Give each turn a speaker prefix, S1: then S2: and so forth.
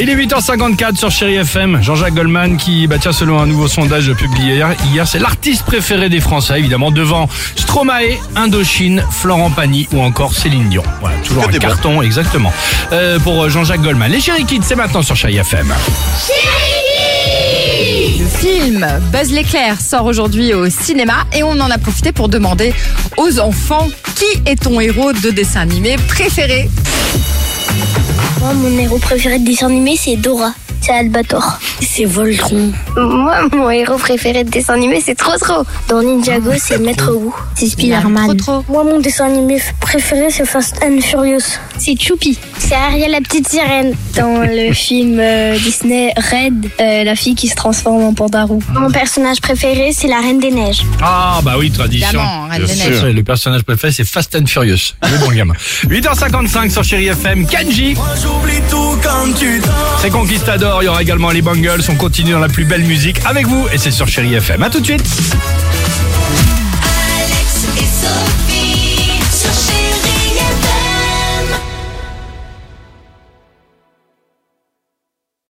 S1: Il est 8h54 sur Chéri FM. Jean-Jacques Goldman qui, bah tiens, selon un nouveau sondage publié hier, hier c'est l'artiste préféré des Français, évidemment, devant Stromae, Indochine, Florent Pagny ou encore Céline Dion. Voilà, toujours un
S2: des bons.
S1: carton, exactement. Euh, pour Jean-Jacques Goldman. Les Chéri Kids, c'est maintenant sur Chéri FM.
S3: Le film Buzz l'éclair sort aujourd'hui au cinéma et on en a profité pour demander aux enfants qui est ton héros de dessin animé préféré.
S4: Moi, mon héros préféré de dessin animé, c'est Dora. C'est Albator. C'est Voltron. Moi, mon héros préféré de dessin animé, c'est trop trop. Dans Ninjago, c'est Maître Wu. Ah, C'est
S3: Trop trop.
S4: Moi, mon dessin animé préféré, c'est Fast and Furious. C'est Choupi. C'est Ariel, la petite sirène. Dans le film euh, Disney Red, euh, la fille qui se transforme en pandarou. Mon personnage préféré, c'est la Reine des Neiges.
S1: Ah, bah oui, tradition.
S3: Évidemment, Reine
S1: Bien
S3: des
S1: sûr. Le personnage préféré, c'est Fast and Furious. Le bon gamin. 8h55 sur Chéri FM. Kanji. C'est Conquistador. Il y aura également les Bangles. On continue dans la plus belle musique avec vous. Et c'est sur Chéri FM. À tout de suite.
S5: Alex et Sophie.